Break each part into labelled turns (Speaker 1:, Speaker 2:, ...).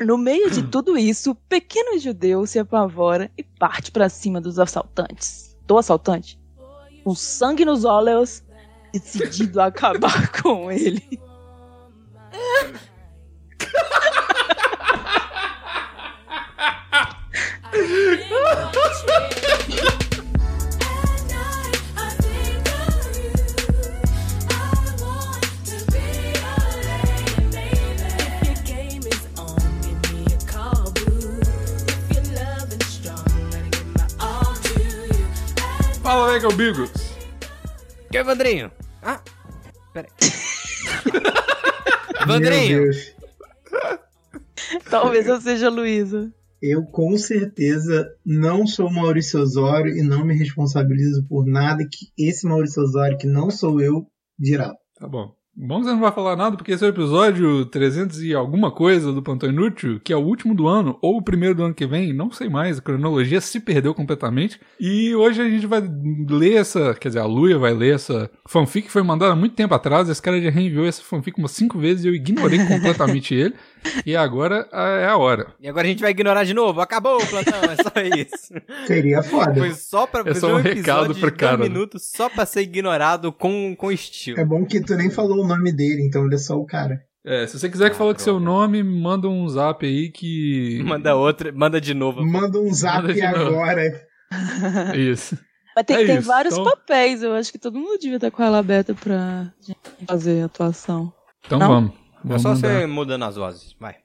Speaker 1: No meio de tudo isso, o pequeno judeu se apavora e parte para cima dos assaltantes. Do assaltante? Com sangue nos olhos, decidido a acabar com ele.
Speaker 2: Fala, Mega Bigos.
Speaker 3: Que é, Vandrinho? Ah, peraí.
Speaker 4: Meu
Speaker 3: Vandrinho,
Speaker 4: Deus.
Speaker 1: Talvez eu seja a Luísa.
Speaker 4: Eu com certeza não sou Maurício Osório e não me responsabilizo por nada que esse Maurício Osório, que não sou eu, dirá.
Speaker 2: Tá bom. Bom que você não vai falar nada, porque esse é o episódio 300 e alguma coisa do Plantão Inútil, que é o último do ano, ou o primeiro do ano que vem, não sei mais, a cronologia se perdeu completamente. E hoje a gente vai ler essa, quer dizer, a Luia vai ler essa fanfic que foi mandada há muito tempo atrás, esse cara já reenviou essa fanfic umas cinco vezes e eu ignorei completamente ele. E agora ah, é a hora.
Speaker 3: e agora a gente vai ignorar de novo. Acabou o plantão, é só isso.
Speaker 4: Seria foda.
Speaker 3: Foi só pra
Speaker 2: É só
Speaker 3: foi
Speaker 2: um
Speaker 3: episódio
Speaker 2: recado
Speaker 3: de
Speaker 2: pro
Speaker 3: dois
Speaker 2: cara, né?
Speaker 3: minutos só pra ser ignorado com, com estilo.
Speaker 4: É bom que tu nem falou o nome dele, então olha só o cara.
Speaker 2: É, se você quiser que
Speaker 3: Ah,
Speaker 2: fale com seu
Speaker 3: droga.
Speaker 2: nome, manda um zap aí que.
Speaker 3: Manda outra, manda de novo.
Speaker 4: Manda um zap
Speaker 2: Manda de novo.
Speaker 4: agora.
Speaker 2: Isso.
Speaker 1: Mas tem,
Speaker 2: É
Speaker 1: tem
Speaker 2: isso,
Speaker 1: vários
Speaker 2: então-
Speaker 1: papéis, eu acho que todo mundo devia estar com ela aberta pra gente fazer atuação.
Speaker 2: Então
Speaker 1: Não.
Speaker 2: vamos.
Speaker 3: É
Speaker 2: vamos
Speaker 3: só
Speaker 2: mandar.
Speaker 3: você mudando as vozes, vai.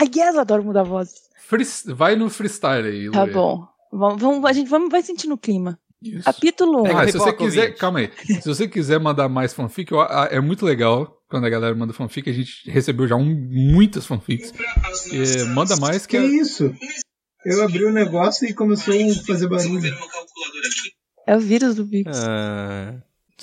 Speaker 1: Ai, yes, adoro mudar vozes.
Speaker 2: Frees- Vai no freestyle aí,
Speaker 1: Tá
Speaker 2: Luia.
Speaker 1: bom. Vamos, vamos- a gente vamos, vai sentindo o clima.
Speaker 2: Isso.
Speaker 1: Capítulo 1.
Speaker 3: Pega
Speaker 2: Ah,
Speaker 3: a
Speaker 2: se você
Speaker 3: pipoca,
Speaker 2: quiser,
Speaker 3: ouvinte.
Speaker 2: calma aí. Se você quiser mandar mais fanfic, eu- ah, é muito legal quando a galera manda fanfic. A gente recebeu já um- muitas fanfics. É, manda mais
Speaker 4: Que
Speaker 2: que. a-
Speaker 4: isso? Eu abri o negócio e começou a fazer barulho.
Speaker 1: É o vírus do Bix.
Speaker 3: Ah,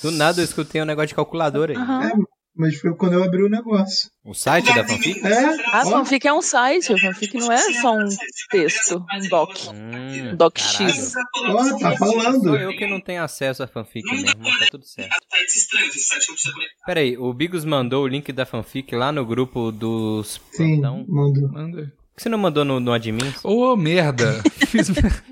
Speaker 3: do nada eu escutei um negócio de calculadora aí.
Speaker 1: Aham. Uhum.
Speaker 4: É, mas foi quando eu abri o negócio.
Speaker 3: O site da fanfic?
Speaker 4: É?
Speaker 1: A
Speaker 4: ó,
Speaker 1: fanfic é um site, a fanfic não é só um texto, um doc.
Speaker 2: É,
Speaker 3: Hum,
Speaker 1: Doc
Speaker 3: caralho.
Speaker 1: X.
Speaker 4: ó, tá falando.
Speaker 3: Sou eu que não tenho acesso à fanfic mesmo, mas tá tudo certo. Peraí, o Bigos mandou o link da fanfic lá no grupo dos
Speaker 4: Sim,
Speaker 3: plantão.
Speaker 4: mandou.
Speaker 2: Manda aí.
Speaker 3: Por que você não mandou no, no admin?
Speaker 2: Ô, merda! Fiz merda.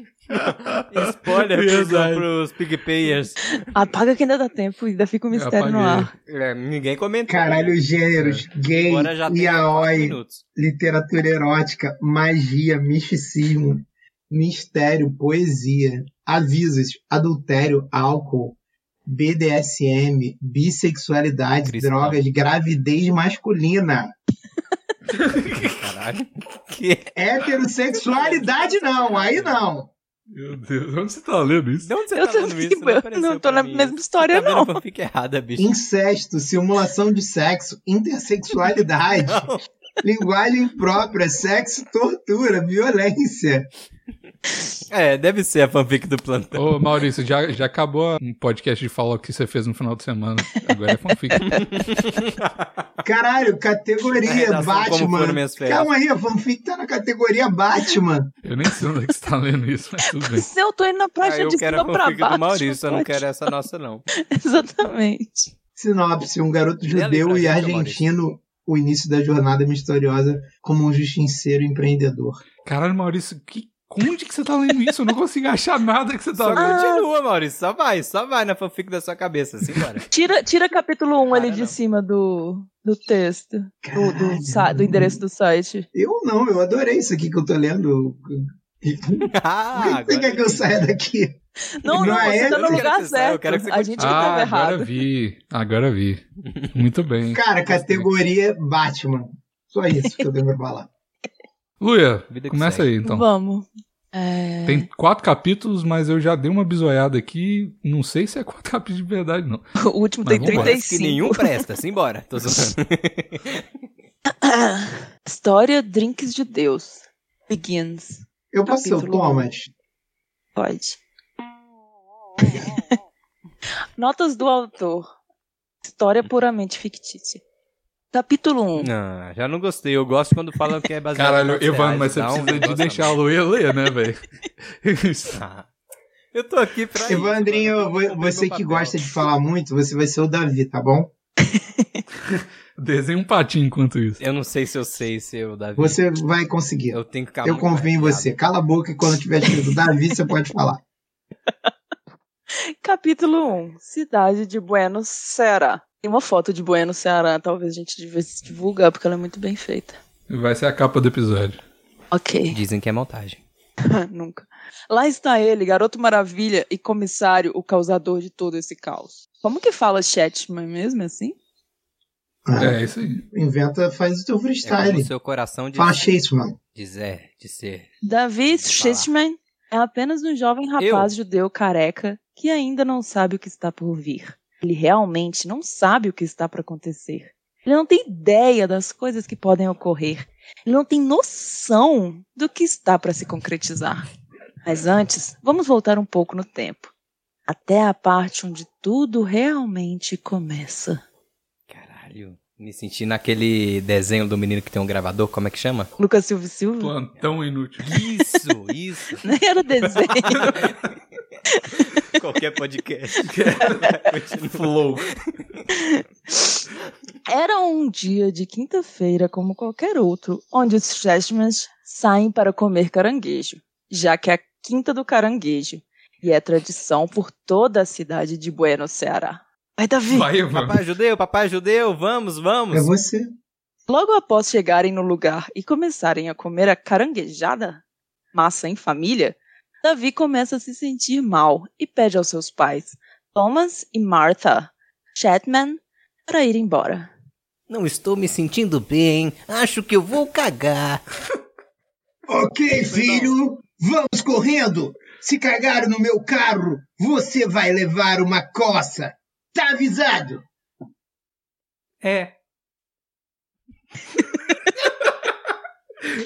Speaker 3: Spoiler é
Speaker 2: Verdade.
Speaker 3: pros PigPayers.
Speaker 1: Apaga que ainda dá tempo, ainda fica um mistério no
Speaker 2: apaguei.
Speaker 1: ar.
Speaker 3: É, ninguém comentou.
Speaker 4: Caralho, gêneros, gay,
Speaker 3: Agora já tem um quatro
Speaker 4: yaoi,
Speaker 3: minutos.
Speaker 4: literatura erótica, magia, misticismo, mistério, poesia, avisos, adultério, álcool, BDSM, bissexualidade,
Speaker 3: Cristal.
Speaker 4: drogas, gravidez masculina.
Speaker 3: Caralho. Que?
Speaker 4: Heterossexualidade não, aí não.
Speaker 2: Meu Deus, onde você tá lendo isso?
Speaker 3: De onde você
Speaker 1: Eu
Speaker 3: tá
Speaker 1: tô-
Speaker 3: lendo isso? apareceu
Speaker 1: não tô
Speaker 3: pra
Speaker 1: na
Speaker 3: mim.
Speaker 1: mesma história,
Speaker 3: Você tá
Speaker 1: não.
Speaker 3: Vendo fanfic errada, bicho.
Speaker 4: Incesto, simulação de sexo, intersexualidade, linguagem própria, sexo, tortura, violência.
Speaker 3: É, deve ser a fanfic do plantão.
Speaker 2: Ô, Maurício, já, já acabou um podcast de falar o que você fez no final de semana. Agora é fanfic.
Speaker 4: Caralho,
Speaker 3: Na
Speaker 4: categoria
Speaker 3: redação, É, Como foram
Speaker 4: Batman.
Speaker 3: minhas férias.
Speaker 4: Calma aí, a fanfic tá na categoria Batman.
Speaker 2: Eu nem sei onde é que você tá lendo isso, mas tudo bem.
Speaker 1: Se eu tô indo na
Speaker 3: Ah,
Speaker 1: praia
Speaker 3: eu
Speaker 1: de
Speaker 3: quero a
Speaker 1: cima pra
Speaker 3: fanfic
Speaker 1: baixo.
Speaker 3: do Maurício, eu não
Speaker 1: pode-
Speaker 3: quero essa nossa, não.
Speaker 1: Exatamente.
Speaker 4: Sinopse: um garoto
Speaker 3: Lê ali
Speaker 4: judeu
Speaker 3: pra
Speaker 4: e
Speaker 3: gente,
Speaker 4: argentino, o início da jornada misteriosa como um justiceiro empreendedor.
Speaker 2: Caralho, Maurício, que... onde que você tá lendo isso? Eu não consigo achar nada que você tá
Speaker 3: Só
Speaker 2: lendo.
Speaker 3: continua, Maurício. Só vai, só vai na fanfic da sua cabeça, assim, bora.
Speaker 1: Tira, tira capítulo 1 ali
Speaker 3: Cara,
Speaker 1: de
Speaker 3: não.
Speaker 1: cima do, do texto, do, do, sa- do endereço do site.
Speaker 4: Eu não, eu adorei isso aqui que eu tô lendo. Por
Speaker 3: Ah,
Speaker 4: que você quer que eu saia daqui?
Speaker 1: Não, não,
Speaker 4: Não é
Speaker 1: você tá
Speaker 4: essa?
Speaker 1: no
Speaker 3: Eu quero
Speaker 1: lugar
Speaker 3: que você saia, eu
Speaker 1: certo.
Speaker 3: quero que você
Speaker 1: A gente que
Speaker 2: Ah,
Speaker 1: tava
Speaker 2: agora
Speaker 1: errado.
Speaker 2: vi. Agora vi. Muito bem.
Speaker 4: Cara, categoria Batman. Só isso que eu tenho pra falar.
Speaker 2: Luia,
Speaker 3: Vida que
Speaker 2: começa
Speaker 3: segue.
Speaker 2: aí então.
Speaker 1: Vamos. É...
Speaker 2: Tem quatro capítulos, mas eu já dei uma bisoiada aqui. Não sei se é quatro capítulos de verdade, não.
Speaker 1: O último
Speaker 2: Mas
Speaker 1: tem
Speaker 2: vambora.
Speaker 3: Parece
Speaker 1: 35.
Speaker 3: que nenhum presta, simbora. Tô zoando.
Speaker 1: História Drinks de Deus. Begins.
Speaker 4: Eu posso ser o
Speaker 3: um.
Speaker 1: Capítulo.
Speaker 4: Thomas?
Speaker 1: Pode. Notas do autor. História puramente fictícia. Capítulo 1.
Speaker 3: Não, Ah, já não gostei. Eu gosto quando falam que é baseado em
Speaker 2: Caralho,
Speaker 3: fatos
Speaker 2: Evan,
Speaker 3: reais,
Speaker 2: mas você
Speaker 3: dá um
Speaker 2: precisa de
Speaker 3: negócio a
Speaker 2: deixar a Luia ler, né, velho? Isso.
Speaker 3: mais. Ah, Eu tô aqui pra.
Speaker 4: Evandrinho,
Speaker 3: isso, mano. Eu tô
Speaker 4: vo-
Speaker 3: cumprindo
Speaker 4: você
Speaker 3: meu
Speaker 4: que
Speaker 3: papel.
Speaker 4: gosta de falar muito, você vai ser o Davi, tá bom?
Speaker 2: Desenha um patinho enquanto isso.
Speaker 3: Eu não sei se eu sei se eu, Davi.
Speaker 4: Você vai conseguir. Eu,
Speaker 3: Eu tenho que ficar muito
Speaker 4: confio em
Speaker 3: mais
Speaker 4: você. Cala a boca e quando tiver escrito Davi, você pode falar.
Speaker 1: Capítulo 1. Cidade de Buenos Ceará. Tem uma foto de Buenos Ceará, talvez a gente devesse divulgar, porque ela é muito bem feita.
Speaker 2: Vai ser a capa do episódio.
Speaker 1: Ok.
Speaker 3: bravo. Dizem que é montagem.
Speaker 1: Nunca. Lá está ele, garoto maravilha e comissário, o causador de todo esse caos. Como que fala Chatman mesmo assim?
Speaker 2: É isso aí.
Speaker 4: Inventa, faz o teu
Speaker 3: É como
Speaker 4: freestyle.
Speaker 3: o seu coração diz,
Speaker 4: Fala isso, mano.
Speaker 3: dizer, de ser.
Speaker 1: Davi
Speaker 3: Fala.
Speaker 1: Chatman é apenas um jovem rapaz judeu careca que ainda não sabe o que está por vir. Ele realmente não sabe o que está para acontecer. Ele não tem ideia das coisas que podem ocorrer. Ele não tem noção do que está para se concretizar. Mas antes, vamos voltar um pouco no tempo. Até a parte onde tudo realmente começa.
Speaker 3: Caralho. Me senti naquele desenho do menino que tem um gravador, como é que chama?
Speaker 1: Lucas Silva e Silva?
Speaker 2: Plantão inútil.
Speaker 3: Isso, isso.
Speaker 1: Nem era desenho.
Speaker 3: Qualquer podcast. Continua.
Speaker 2: Flow.
Speaker 1: Era um dia de quinta-feira, como qualquer outro, onde os freshmans saem para comer caranguejo, já que é a quinta do caranguejo e é tradição por toda a cidade de Buenos Ceará. Vai, Davi!
Speaker 2: Vai, Evan.
Speaker 3: Papai judeu, papai judeu, vamos,
Speaker 4: É
Speaker 3: vamos.
Speaker 4: você.
Speaker 1: Logo após chegarem no lugar e começarem a comer a caranguejada, massa em família, Davi começa a se sentir mal e pede aos seus pais, Thomas e Martha Chatman, para ir embora.
Speaker 3: Não estou me sentindo bem, acho que eu vou cagar.
Speaker 4: Ok, filho, vamos correndo. Se cagar no meu carro, você vai levar uma coça. Tá avisado?
Speaker 2: É.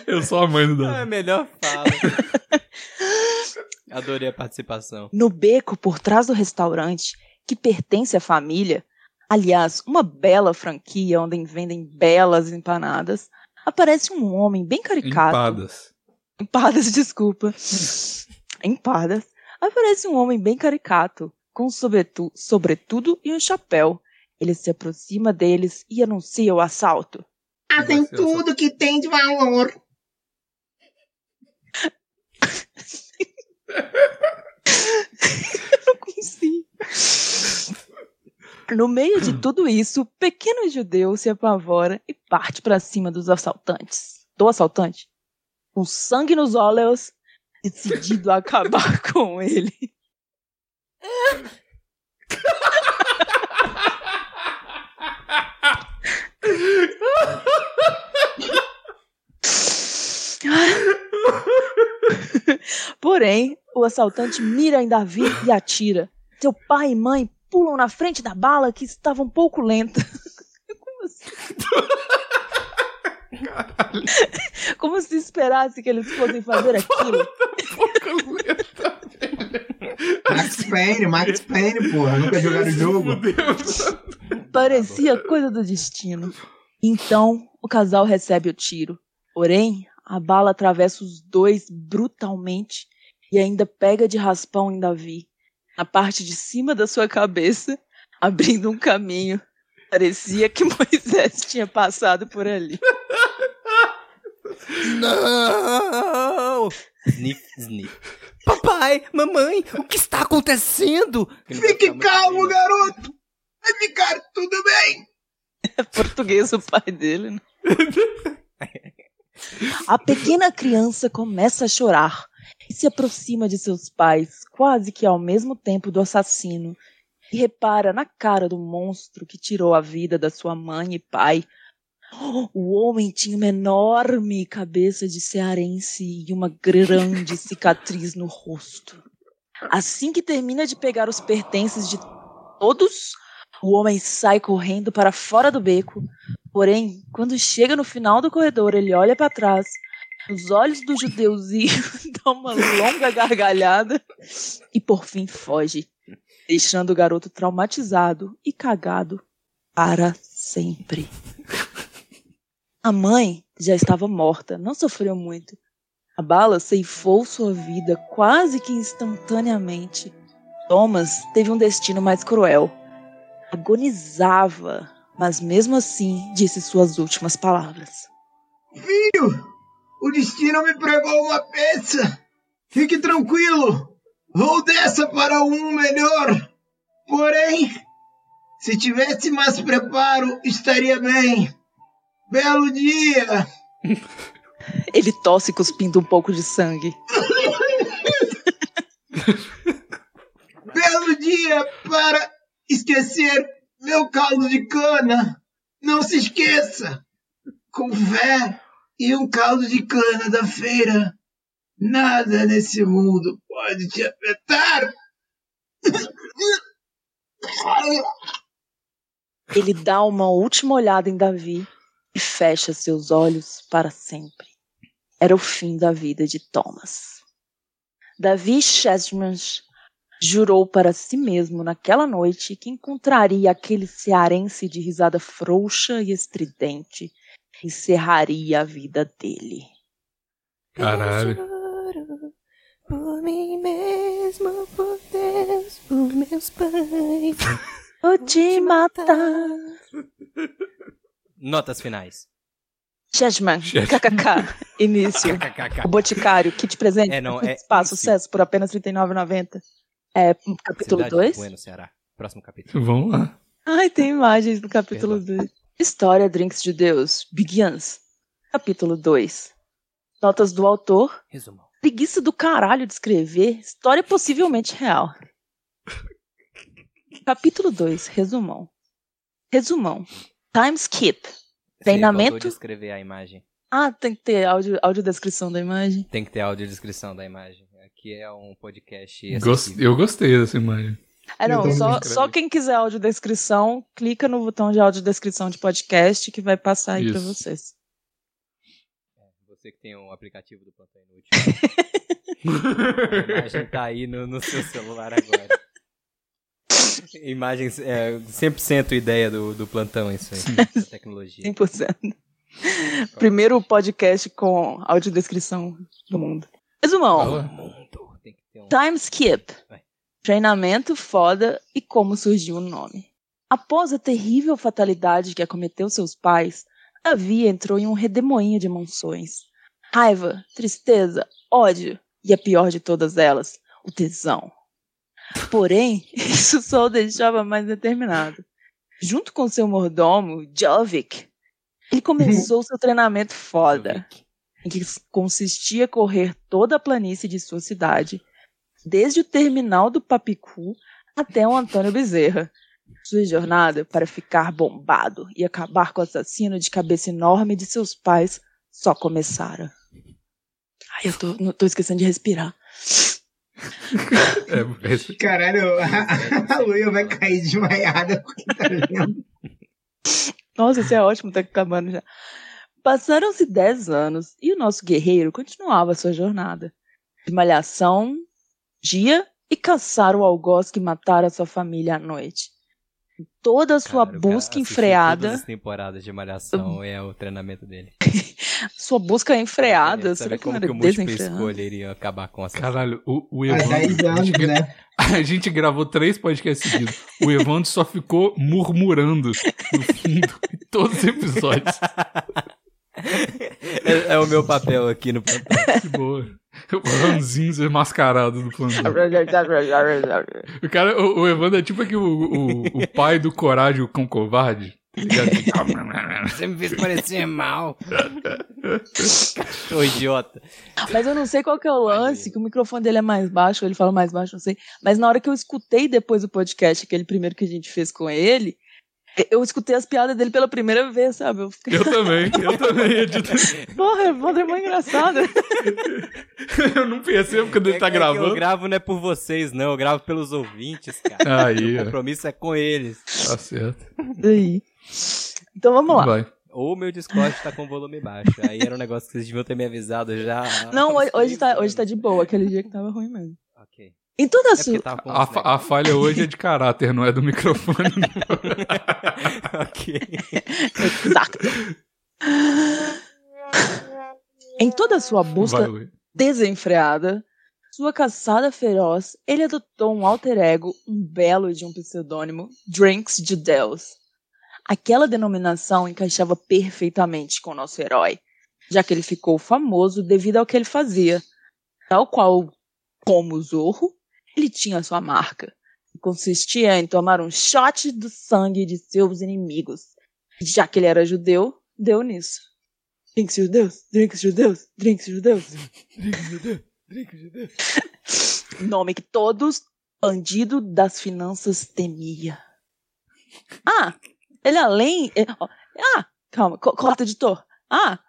Speaker 2: Eu sou a mãe do
Speaker 3: Ah,
Speaker 2: Davi.
Speaker 3: melhor fala. Adorei a participação.
Speaker 1: No beco por trás do restaurante, que pertence à família, aliás, uma bela franquia onde vendem belas empanadas, aparece um homem bem caricato.
Speaker 2: Empadas.
Speaker 1: Empadas, desculpa. Empadas. Aparece um homem bem caricato, com um sobretu sobretudo e um chapéu. Ele se aproxima deles e anuncia o assalto.
Speaker 4: Ah, tem tudo que tem de valor.
Speaker 1: Eu não consigo. No meio de tudo isso, o pequeno judeu se apavora e parte para cima dos assaltantes. Do assaltante? Com sangue nos olhos, decidido a acabar com ele. Porém, o assaltante mira em Davi e atira. Seu pai e mãe pulam na frente da bala que estava um pouco lenta. Como assim? Como se esperasse que eles fossem fazer aquilo.
Speaker 4: Max Payne, Max Payne, porra. Nunca jogaram o jogo.
Speaker 1: Parecia coisa do destino. Então, o casal recebe o tiro. Porém, a bala atravessa os dois brutalmente e ainda pega de raspão em Davi, na parte de cima da sua cabeça, abrindo um caminho. Parecia que Moisés tinha passado por ali.
Speaker 3: Não! Sniff, sniff. Papai, mamãe, o que está acontecendo?
Speaker 4: Fique calmo, garoto. Vai ficar tudo bem.
Speaker 1: É português o pai dele, né? A pequena criança começa a chorar e se aproxima de seus pais, quase que ao mesmo tempo do assassino, e repara na cara do monstro que tirou a vida da sua mãe e pai. O homem tinha uma enorme cabeça de cearense e uma grande cicatriz no rosto. Assim que termina de pegar os pertences de todos, o homem sai correndo para fora do beco. Porém, quando chega no final do corredor, ele olha para trás. Os olhos do judeuzinho dá uma longa gargalhada e por fim foge, deixando o garoto traumatizado e cagado para sempre. A mãe já estava morta, não sofreu muito. A bala ceifou sua vida quase que instantaneamente. Thomas teve um destino mais cruel agonizava mas mesmo assim disse suas últimas palavras.
Speaker 4: Filho, o destino me pregou uma peça. Fique tranquilo, vou dessa para um melhor. Porém, se tivesse mais preparo, estaria bem. Belo dia!
Speaker 1: Ele tosse cuspindo um pouco de sangue.
Speaker 4: Belo dia para esquecer meu caldo de cana. Não se esqueça. Com fé e um caldo de cana da feira, nada nesse mundo pode te afetar.
Speaker 1: Ele dá uma última olhada em Davi e fecha seus olhos para sempre. Era o fim da vida de Thomas. Davi Chesmans jurou para si mesmo naquela noite que encontraria aquele cearense de risada frouxa e estridente que encerraria a vida dele.
Speaker 2: Caralho.
Speaker 5: Eu juro por mim mesmo, por Deus, por meus pais.
Speaker 1: Vou te matar.
Speaker 3: Notas finais.
Speaker 1: Chesman, kkk, início. O
Speaker 3: KKK.
Speaker 1: Boticário, kit presente,
Speaker 3: É, não,
Speaker 1: curso
Speaker 3: é
Speaker 1: spa,
Speaker 3: em si.
Speaker 1: sucesso por apenas R$ 39,90. É, capítulo
Speaker 3: Cidade de
Speaker 1: 2?
Speaker 3: Bueno, Ceará. Próximo capítulo.
Speaker 2: Vamos lá.
Speaker 1: Ai, tem imagens do capítulo 2. História Drinks de Deus, Begins. Capítulo 2. Notas do autor.
Speaker 3: Resumão.
Speaker 1: Preguiça do caralho de escrever. História possivelmente real. Capítulo 2. Resumão. Resumão. Time skip. Treinamento?
Speaker 3: Faltou descrever a imagem.
Speaker 1: Ah, tem que ter áudio, audiodescrição da imagem.
Speaker 3: Tem que ter audiodescrição da imagem. Aqui é um podcast
Speaker 2: Gost-
Speaker 3: acessível.
Speaker 2: Eu gostei dessa imagem.
Speaker 1: Ah, não,
Speaker 2: Então,
Speaker 1: só,
Speaker 2: escreve.
Speaker 1: só quem quiser audiodescrição, clica no botão de audiodescrição de podcast que vai passar aí pra
Speaker 2: Isso.
Speaker 1: vocês.
Speaker 3: Você que tem o aplicativo do Plantão Inútil. a imagem tá aí no, no seu celular agora. Imagens, é 100% ideia do, do plantão isso aí, essa tecnologia.
Speaker 1: 100%. Primeiro podcast com audiodescrição do mundo. Resumão.
Speaker 2: Fala.
Speaker 3: Tá Mundo, tem que ter um...
Speaker 1: Time skip.
Speaker 3: Vai.
Speaker 1: Treinamento foda e como surgiu o nome. Após a terrível fatalidade que acometeu seus pais, Davi entrou em um redemoinho de emoções. Raiva, tristeza, ódio e a pior de todas elas, o tesão. Porém, isso só o deixava mais determinado. Junto com seu mordomo, Jovic, ele começou seu treinamento foda em que consistia correr toda a planície de sua cidade, desde o terminal do Papicu até o Antônio Bezerra. Sua jornada para ficar bombado e acabar com o assassino de cabeça enorme de seus pais só começara. Ai, eu tô, não- tô esquecendo de respirar.
Speaker 2: É, esse-
Speaker 4: Caralho, a, a Luia vai cair desmaiada porque tá vendo.
Speaker 1: Nossa, isso é ótimo, tá acabando já. Passaram-se 10 anos e o nosso guerreiro continuava sua jornada. De malhação, dia e caçar o algoz que matara sua família à noite. Em Toda a sua
Speaker 3: Cara, o cara
Speaker 1: busca
Speaker 3: assistiu Todas
Speaker 1: enfreada, Hum.
Speaker 3: as temporadas de Malhação é o treinamento dele.
Speaker 1: sua busca enfreada,
Speaker 3: Ele
Speaker 1: será
Speaker 3: sabe
Speaker 1: que não
Speaker 3: né? como
Speaker 1: era
Speaker 3: que o múltipla
Speaker 1: desenfreada?
Speaker 3: escolha iria acabar com essa
Speaker 2: Caralho, o, o
Speaker 4: Há
Speaker 2: Evandro.
Speaker 4: 10
Speaker 2: a,
Speaker 4: anos,
Speaker 2: gente, gra-
Speaker 4: né?
Speaker 2: a gente gravou três podcasts seguidos. O Evandro só ficou murmurando no fundo em todos os episódios.
Speaker 3: é, é o meu papel aqui no plantão.
Speaker 2: Que boa. O ranzinza mascarado do plantão. O, cara, o, o Evandro é tipo aqui o, o, o pai do Coragem, o cão covarde. tá ligado?
Speaker 3: Você me fez parecer mal. Ô idiota.
Speaker 1: Mas eu não sei qual que é o
Speaker 3: Ai,
Speaker 1: lance,
Speaker 3: meu.
Speaker 1: que o microfone dele é mais baixo, ele fala mais baixo, não sei. Mas na hora que eu escutei depois o podcast, aquele primeiro que a gente fez com ele, eu escutei as piadas dele pela primeira vez, sabe? Eu fiquei,
Speaker 2: Eu também, eu também. edito.
Speaker 1: porra, Evandro é mó engraçado.
Speaker 2: Eu não percebo quando ele tá
Speaker 3: É que Eu
Speaker 2: gravando.
Speaker 3: gravo não é por vocês, não. Eu gravo pelos ouvintes, cara.
Speaker 2: Aí,
Speaker 3: O
Speaker 2: ó,
Speaker 3: compromisso é com eles.
Speaker 2: tá certo.
Speaker 1: Aí. Então vamos lá.
Speaker 2: Vai.
Speaker 3: Ou meu Discord tá com volume baixo. Aí era um negócio que vocês deviam ter me avisado já. há
Speaker 1: Não, hoje,
Speaker 3: uns
Speaker 1: hoje,
Speaker 3: três
Speaker 1: tá,
Speaker 3: anos.
Speaker 1: hoje tá de boa, aquele dia que tava ruim mesmo.
Speaker 3: Ok.
Speaker 1: Em toda a
Speaker 3: É porque
Speaker 1: sua.
Speaker 3: tava com
Speaker 2: A,
Speaker 3: uns
Speaker 2: fa- a falha hoje é de caráter, não é do microfone.
Speaker 3: lag. Ok.
Speaker 1: Exato. em toda a sua busca
Speaker 2: Vai, Luiz.
Speaker 1: desenfreada, sua caçada feroz, ele adotou um alter ego, um belo de um pseudônimo, Drinks de Deus. Aquela denominação encaixava perfeitamente com o nosso herói, já que ele ficou famoso devido ao que ele fazia. Tal qual como Zorro, ele tinha sua marca, que consistia em tomar um shot do sangue de seus inimigos. Já que ele era judeu, deu nisso. Drinks judeus, drinks judeus, drinks judeus. Nome que todos bandido das finanças temia. Ah, ele além. é- ó, Ah, calma, co- corta editor. Ah,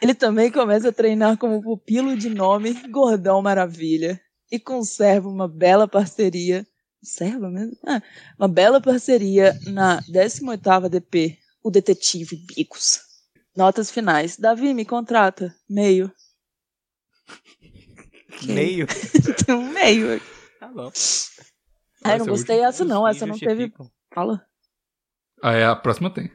Speaker 1: ele também começa a treinar como pupilo de nome Gordão Maravilha e conserva uma bela parceria. Conserva mesmo? Ah, uma bela parceria na 18ª DP, o detetive Bicos. Notas finais. Davi, me contrata. Meio.
Speaker 3: Meio.
Speaker 1: Tem um meio. aqui.
Speaker 3: Tá bom.
Speaker 1: Ah, eu
Speaker 3: Nossa,
Speaker 1: não
Speaker 3: o
Speaker 1: gostei
Speaker 3: último-
Speaker 1: essa não.
Speaker 3: os
Speaker 1: Essa não
Speaker 3: vídeos
Speaker 1: teve.
Speaker 3: justificam.
Speaker 1: Fala.
Speaker 2: Ah, é, a próxima tem.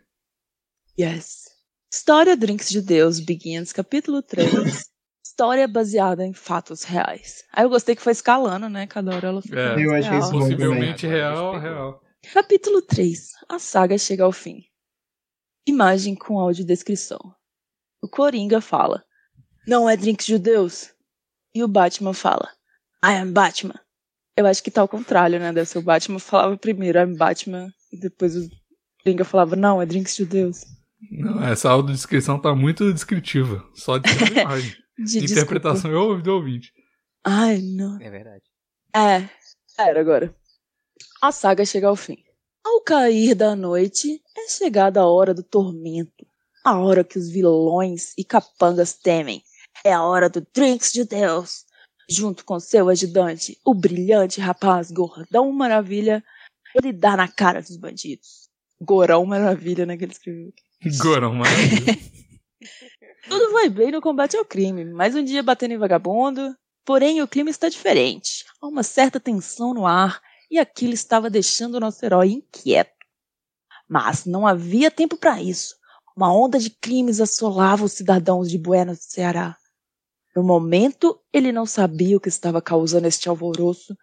Speaker 1: Yes. História Drinks de Deus Begins, capítulo 3. História baseada em fatos reais. Aí eu gostei que foi escalando, né? Cada hora ela fica.
Speaker 2: É.
Speaker 1: mais
Speaker 4: Eu achei
Speaker 1: real.
Speaker 4: isso bom.
Speaker 2: Possivelmente
Speaker 3: também.
Speaker 2: real, real.
Speaker 1: Capítulo 3. A saga chega ao fim. Imagem com audiodescrição. O Coringa fala: Não é drinks judeus. E o Batman fala: I am Batman. Eu acho que tá ao contrário, né? Deve ser o Batman falava primeiro I am Batman e depois o Coringa falava: Não, é drinks judeus.
Speaker 2: Não, essa audiodescrição tá muito descritiva. Só de imagem.
Speaker 1: De desculpa.
Speaker 2: Interpretação eu ouvi do ouvinte.
Speaker 1: Ai, não.
Speaker 3: É verdade.
Speaker 1: É, era agora. A saga chega ao fim. Ao cair da noite, é chegada a hora do tormento. A hora que os vilões e capangas temem. É a hora do Drinks de Deus. Junto com seu ajudante, o brilhante rapaz Gordão Maravilha, ele dá na cara dos bandidos. Gorão Maravilha, né, que ele escreveu.
Speaker 2: Gorão, maravilha.
Speaker 1: Tudo vai bem no combate ao crime, mais um dia batendo em vagabundo. Porém, o clima está diferente. Há uma certa tensão no ar e aquilo estava deixando o nosso herói inquieto. Mas não havia tempo para isso. Uma onda de crimes assolava os cidadãos de Buenos do Ceará. No momento, ele não sabia o que estava causando este alvoroço,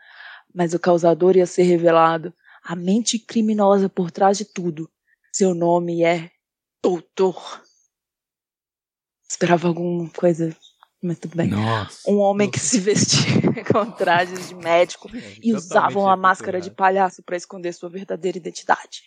Speaker 1: mas o causador ia ser revelado. A mente criminosa por trás de tudo. Seu nome é Doutor. Esperava alguma coisa, mas tudo bem.
Speaker 2: Nossa.
Speaker 1: Um homem que se vestia com trajes de médico e é
Speaker 3: é
Speaker 1: usavam a máscara
Speaker 3: né?
Speaker 1: de palhaço para esconder sua verdadeira identidade.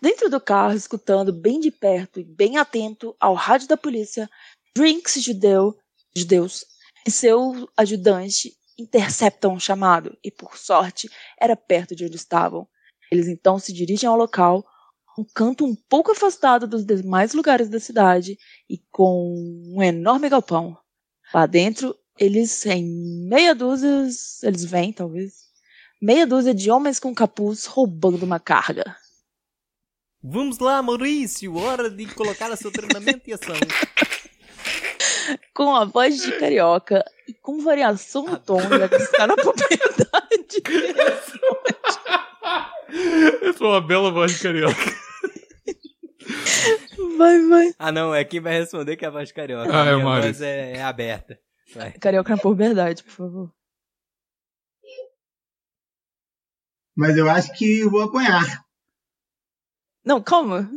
Speaker 1: Dentro do carro, escutando bem de perto e bem atento ao rádio da polícia, Drinks judeu, judeus e seu ajudante interceptam um chamado e, por sorte, era perto de onde estavam. Eles então se dirigem ao local, um canto um pouco afastado dos demais lugares da cidade e com um enorme galpão. Lá dentro, eles em meia dúzia, eles vêm talvez, meia dúzia de homens com capuz roubando uma carga.
Speaker 5: Vamos lá, Maurício, hora de colocar seu treinamento em ação.
Speaker 1: com a voz de carioca e com variação no tom já que está na puberdade.
Speaker 2: Eu sou é uma bela voz de carioca.
Speaker 1: Vai, vai.
Speaker 3: Ah, não, é quem vai responder que é a voz carioca.
Speaker 2: Ah, é o
Speaker 3: Minha
Speaker 2: Mário.
Speaker 3: voz é, é aberta. Vai.
Speaker 1: Carioca na puberdade, por favor.
Speaker 4: Mas eu acho que vou apanhar.
Speaker 1: Não, calma.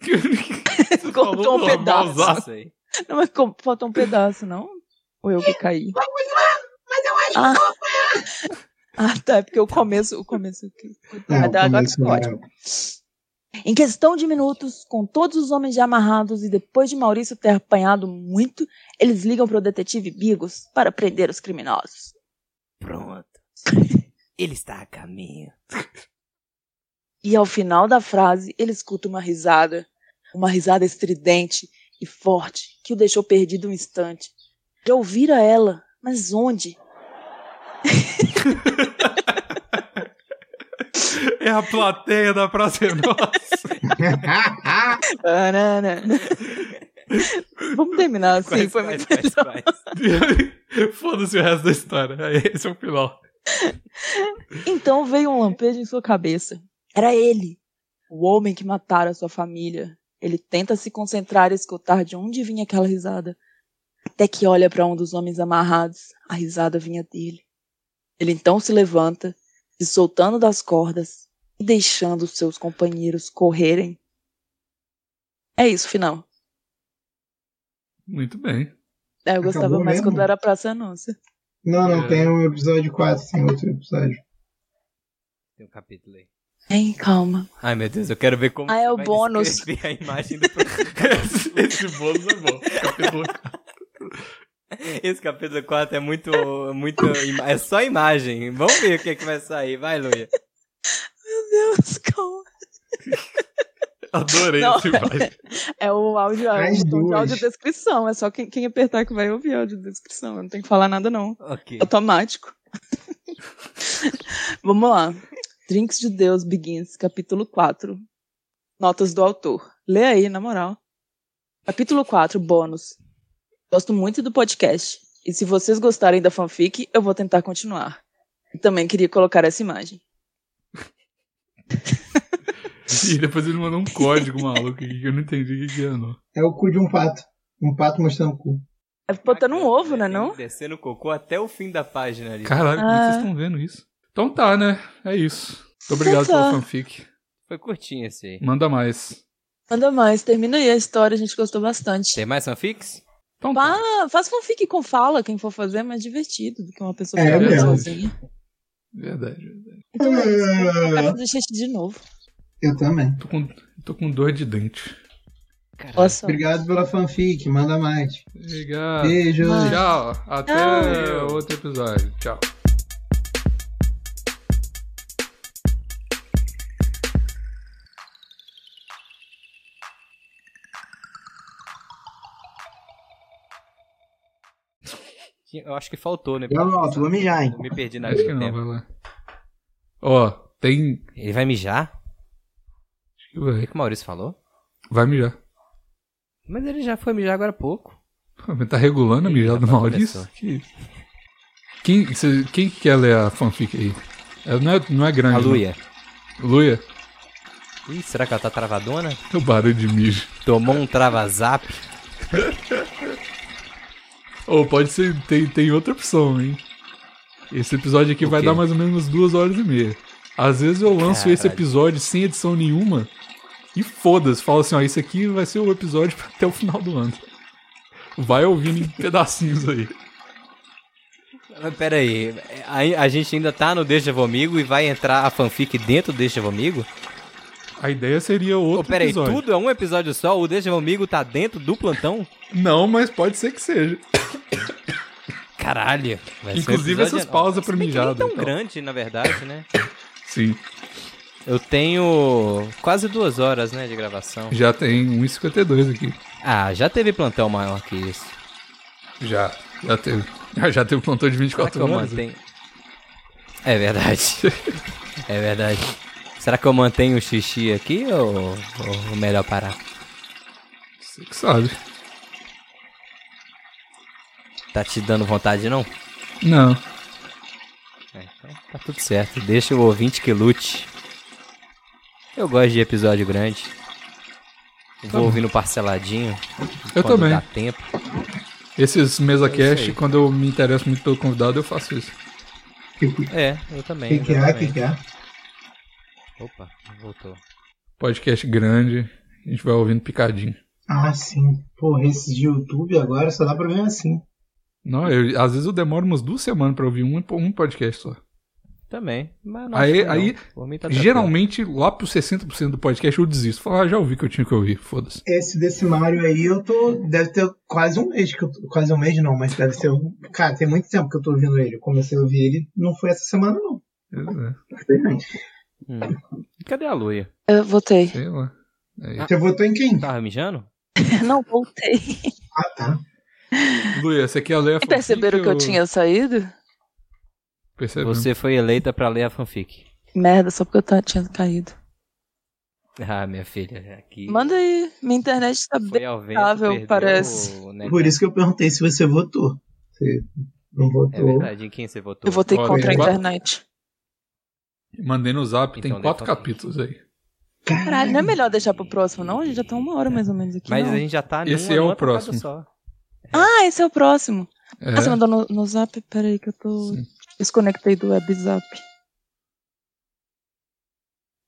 Speaker 1: Cortou um
Speaker 2: falou normal,
Speaker 1: pedaço.
Speaker 2: Zá.
Speaker 3: Isso aí.
Speaker 1: Não, mas como- faltou um pedaço, não? Ou eu que caí? Ah, ah tá, é porque o começo. O começo aqui.
Speaker 4: É,
Speaker 1: Mas Ah, dá- agora
Speaker 4: começo,
Speaker 1: ficou ótimo. Em questão de minutos, com todos os homens já amarrados e depois de Maurício ter apanhado muito, eles ligam para o detetive Bigos para prender os criminosos.
Speaker 5: Pronto. Ele está a caminho.
Speaker 1: E ao final da frase, ele escuta uma risada, uma risada estridente e forte, que o deixou perdido um instante. Já ouvira ela, mas onde?
Speaker 2: É a plateia da Praça é Nossa.
Speaker 1: Ah, Banana. Vamos terminar assim,
Speaker 3: Quais,
Speaker 1: foi
Speaker 3: quais,
Speaker 1: muito
Speaker 3: quais,
Speaker 1: melhor.
Speaker 3: quais?
Speaker 2: Foda-se o resto da história. Esse é o final.
Speaker 1: Então veio um lampejo em sua cabeça. Era ele, o homem que matara sua família. Ele tenta se concentrar e escutar de onde vinha aquela risada. Até que olha para um dos homens amarrados. A risada vinha dele. Ele então se levanta, se soltando das cordas, e deixando seus companheiros correrem. É isso, final.
Speaker 2: Muito bem.
Speaker 1: É, Eu gostava
Speaker 4: Acabou
Speaker 1: mais
Speaker 4: mesmo?
Speaker 1: quando era Praça Anúncia.
Speaker 4: Não, não,
Speaker 2: É.
Speaker 4: tem o episódio 4, tem outro episódio.
Speaker 3: Tem um capítulo aí.
Speaker 1: Hein, calma.
Speaker 3: Ai, meu Deus, eu quero ver como
Speaker 1: Ah, é
Speaker 3: você
Speaker 1: o
Speaker 3: vai
Speaker 1: bônus.
Speaker 3: descrever a imagem do...
Speaker 2: Esse, esse bônus é bom. Capítulo-
Speaker 3: Esse capítulo 4 é muito, muito... ima- É só imagem. Vamos ver o que, é que vai sair. Vai, Luia.
Speaker 1: Meu Deus, calma.
Speaker 2: Adorei
Speaker 1: Não.
Speaker 2: esse imagem.
Speaker 1: É o áudio, é
Speaker 4: As
Speaker 1: o botão de
Speaker 4: duas.
Speaker 1: audiodescrição. É só quem, quem apertar que vai ouvir a audiodescrição. Eu não tenho que falar nada, não.
Speaker 3: Ok.
Speaker 1: automático. Vamos lá. Drinks de Deus Begins, capítulo 4. Notas do autor. Lê aí, na moral. Capítulo 4, bônus. Gosto muito do podcast. E se vocês gostarem da fanfic, eu vou tentar continuar. E também queria colocar essa imagem.
Speaker 2: E depois ele mandou um código maluco aqui que eu não entendi o que que é, não.
Speaker 4: É o cu de um pato. Um pato mostrando o cu.
Speaker 1: É botando um
Speaker 3: Bacana,
Speaker 1: ovo, né,
Speaker 3: tem
Speaker 1: não?
Speaker 3: que Descer no cocô até o fim da página ali.
Speaker 2: Caralho, como é que
Speaker 1: Ah.
Speaker 2: vocês estão vendo isso? Então tá, né? É isso. Muito obrigado
Speaker 1: Então tá.
Speaker 2: pela fanfic.
Speaker 3: Foi curtinho esse aí.
Speaker 2: Manda mais.
Speaker 1: Manda mais, termina aí a história, a gente gostou bastante.
Speaker 3: Tem mais fanfics?
Speaker 2: Então tá.
Speaker 1: Pá, faz fanfic com fala, quem for fazer é mais divertido do que uma pessoa
Speaker 4: É
Speaker 1: falando
Speaker 2: mesmo.
Speaker 1: sozinha.
Speaker 2: Verdade.
Speaker 1: Então é isso. Eu quero
Speaker 4: Ah,
Speaker 1: fazer xixi de novo.
Speaker 4: Eu também.
Speaker 2: Tô com, tô com dor de dente.
Speaker 1: Boa sorte.
Speaker 4: Obrigado pela fanfic, manda mais.
Speaker 2: Obrigado.
Speaker 4: Beijos.
Speaker 1: Mano.
Speaker 2: Tchau. Até
Speaker 1: Tchau.
Speaker 2: outro episódio. Tchau.
Speaker 3: Eu acho que faltou, né?
Speaker 4: Eu volto, vou mijar, hein?
Speaker 3: Eu Me perdi na
Speaker 2: Acho que
Speaker 3: linha
Speaker 2: não,
Speaker 3: do Tá tempo.
Speaker 2: vai lá. Ó, tem.
Speaker 3: Ele vai mijar? O
Speaker 2: Vai-
Speaker 3: que o Maurício falou?
Speaker 2: Vai mijar.
Speaker 3: Mas ele já foi mijar agora há pouco.
Speaker 2: Pô, mas Tá regulando a mijada do
Speaker 3: Eita,
Speaker 2: Maurício? Que... Quem, cê- quem que quer ler a fanfic aí? Ela não é, não é grande.
Speaker 3: A
Speaker 2: não.
Speaker 3: Luia.
Speaker 2: Luia.
Speaker 3: Ih, será que ela tá travadona?
Speaker 2: O barulho de mijo.
Speaker 3: Tomou um travazap?
Speaker 2: Ou pode ser. Tem, tem outra opção, hein? Esse episódio aqui
Speaker 3: O
Speaker 2: vai
Speaker 3: quê?
Speaker 2: dar mais ou menos duas horas e meia. Às vezes eu lanço esse
Speaker 3: Caralho.
Speaker 2: episódio sem edição nenhuma e foda-se. Falo assim: ó, esse aqui vai ser o episódio pra- até o final do ano. Vai ouvindo em pedacinhos aí.
Speaker 3: Mas Pera aí, a, a gente ainda tá no Deixa Vomigo e vai entrar a fanfic dentro do Deixa Vomigo?
Speaker 2: A ideia seria
Speaker 3: Ô,
Speaker 2: outro
Speaker 3: pera aí,
Speaker 2: episódio.
Speaker 3: tudo é um episódio só? O Deixa Vomigo tá dentro do plantão?
Speaker 2: Não, mas pode ser que seja.
Speaker 3: Caralho. vai ser um
Speaker 2: Inclusive
Speaker 3: episódio
Speaker 2: essas
Speaker 3: enorme.
Speaker 2: pausas pra
Speaker 3: Se bem que nem
Speaker 2: mijada. então.
Speaker 3: tão
Speaker 2: e tal.
Speaker 3: grande, na verdade, né?
Speaker 2: Sim.
Speaker 3: Eu tenho quase duas horas, né, de gravação.
Speaker 2: Já tem 1,52 aqui.
Speaker 3: Ah, já teve plantão maior que isso.
Speaker 2: Já. Já teve. Já teve um plantão de
Speaker 3: Será que
Speaker 2: 24
Speaker 3: eu
Speaker 2: horas.
Speaker 3: mantenho? É verdade. é verdade. Será que eu mantenho o xixi aqui ou, ou é melhor parar?
Speaker 2: Você que sabe.
Speaker 3: Tá te dando vontade, não?
Speaker 2: Não.
Speaker 3: É, então tá tudo certo. Deixa o ouvinte que lute. Eu gosto de episódio grande. Eu Vou
Speaker 2: bom.
Speaker 3: ouvindo parceladinho.
Speaker 2: Eu
Speaker 3: quando
Speaker 2: também.
Speaker 3: Dá tempo.
Speaker 2: Esses mesa
Speaker 3: É isso
Speaker 2: cast,
Speaker 3: aí.
Speaker 2: quando eu me interesso muito pelo convidado, eu faço isso.
Speaker 4: Que que-
Speaker 3: É, eu também.
Speaker 4: que que é? Que
Speaker 3: exatamente.
Speaker 4: que é?
Speaker 3: Opa, voltou.
Speaker 2: Podcast grande, a gente vai ouvindo picadinho.
Speaker 4: Ah, sim. Porra, esse de YouTube agora só dá pra ver assim.
Speaker 2: Não, eu- às vezes eu demoro umas duas semanas pra ouvir um, um podcast só.
Speaker 3: Também. Mas não
Speaker 2: Aí-
Speaker 3: acho que não.
Speaker 2: aí,
Speaker 3: Por mim tá tranquilo.
Speaker 2: Geralmente, lá pros 60% do podcast, eu desisto. Falo, ah, já ouvi que eu tinha que ouvir, foda-se.
Speaker 4: Esse desse Mario aí, eu tô. Deve ter quase um mês que eu tô, Quase um mês não, mas deve ser. um- Cara, tem muito tempo que eu tô ouvindo ele. Eu comecei a ouvir ele, não foi essa semana, não.
Speaker 2: É,
Speaker 4: Gostei muito.
Speaker 3: Hum. Cadê a Luia?
Speaker 1: Eu voltei.
Speaker 2: Sei lá. É isso.
Speaker 4: Você votou em quem?
Speaker 3: Tava mijando?
Speaker 1: Não voltei.
Speaker 4: Ah, tá.
Speaker 3: Ah.
Speaker 2: Luia, você quer ler a
Speaker 1: E perceberam
Speaker 2: fanfic
Speaker 1: que eu
Speaker 2: ou-
Speaker 1: tinha saído?
Speaker 2: Percebemos.
Speaker 3: Você foi eleita pra ler a fanfic.
Speaker 1: Merda, só porque eu ta- tinha caído.
Speaker 3: Ah, minha filha, aqui.
Speaker 1: Manda aí. Minha internet tá bem.
Speaker 3: Foi ao vento,
Speaker 1: Impecável,
Speaker 3: perdeu
Speaker 1: parece.
Speaker 3: o negócio.
Speaker 4: Por isso que eu perguntei se você votou. Você não
Speaker 3: É
Speaker 4: votou.
Speaker 3: verdade, em quem você votou?
Speaker 1: Eu votei
Speaker 2: Olha,
Speaker 1: contra a
Speaker 2: quatro-
Speaker 1: internet.
Speaker 2: Mandei no zap,
Speaker 3: Então,
Speaker 2: tem
Speaker 3: lê
Speaker 2: quatro
Speaker 3: fanfic.
Speaker 2: capítulos aí.
Speaker 1: Caralho, não é melhor deixar pro próximo, não? A gente já tá uma hora mais ou menos aqui.
Speaker 3: Mas
Speaker 1: não.
Speaker 3: a gente já tá
Speaker 2: Esse
Speaker 3: numa-
Speaker 2: é o
Speaker 3: numa tacada
Speaker 2: próximo.
Speaker 3: Só.
Speaker 1: Ah, esse é o próximo.
Speaker 2: É,
Speaker 1: Ah, você mandou no, no zap? Pera aí que eu tô.
Speaker 2: Sim.
Speaker 1: Desconectei do WhatsApp.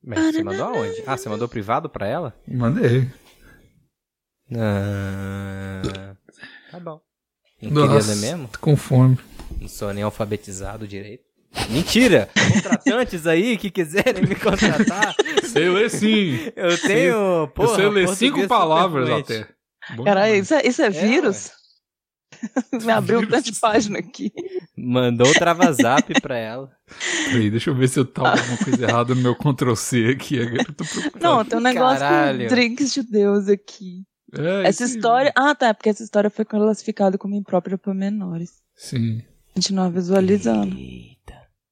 Speaker 3: Mas você mandou aonde? Ah, você mandou privado pra ela?
Speaker 2: Mandei.
Speaker 3: Ah, tá bom. Não queria ler
Speaker 2: Nossa,
Speaker 3: mesmo?
Speaker 2: Tô com fome.
Speaker 3: Não sou nem alfabetizado direito. Mentira! Contratantes aí que quiserem me contratar,
Speaker 2: Sei ler sim.
Speaker 3: eu tenho. Porra,
Speaker 2: eu sei ler
Speaker 3: português
Speaker 2: cinco
Speaker 3: super
Speaker 2: palavras
Speaker 3: fluente.
Speaker 2: até. Bom
Speaker 1: Caralho,
Speaker 2: demais.
Speaker 1: isso é, isso é
Speaker 3: É,
Speaker 1: vírus? Me abriu um
Speaker 2: Vírus.
Speaker 1: tanto de página aqui.
Speaker 3: Mandou o travazap pra ela.
Speaker 2: Peraí, deixa eu ver se eu tava alguma coisa errada no meu Ctrl C aqui. agora eu tô preocupado.
Speaker 1: Não, tem um negócio
Speaker 3: Caralho.
Speaker 1: com drinks judeus aqui.
Speaker 2: É,
Speaker 1: Essa
Speaker 2: sim.
Speaker 1: história. Ah, tá. é Porque essa história foi classificada como imprópria para menores.
Speaker 2: Sim.
Speaker 1: A gente não visualizando.
Speaker 3: Eita.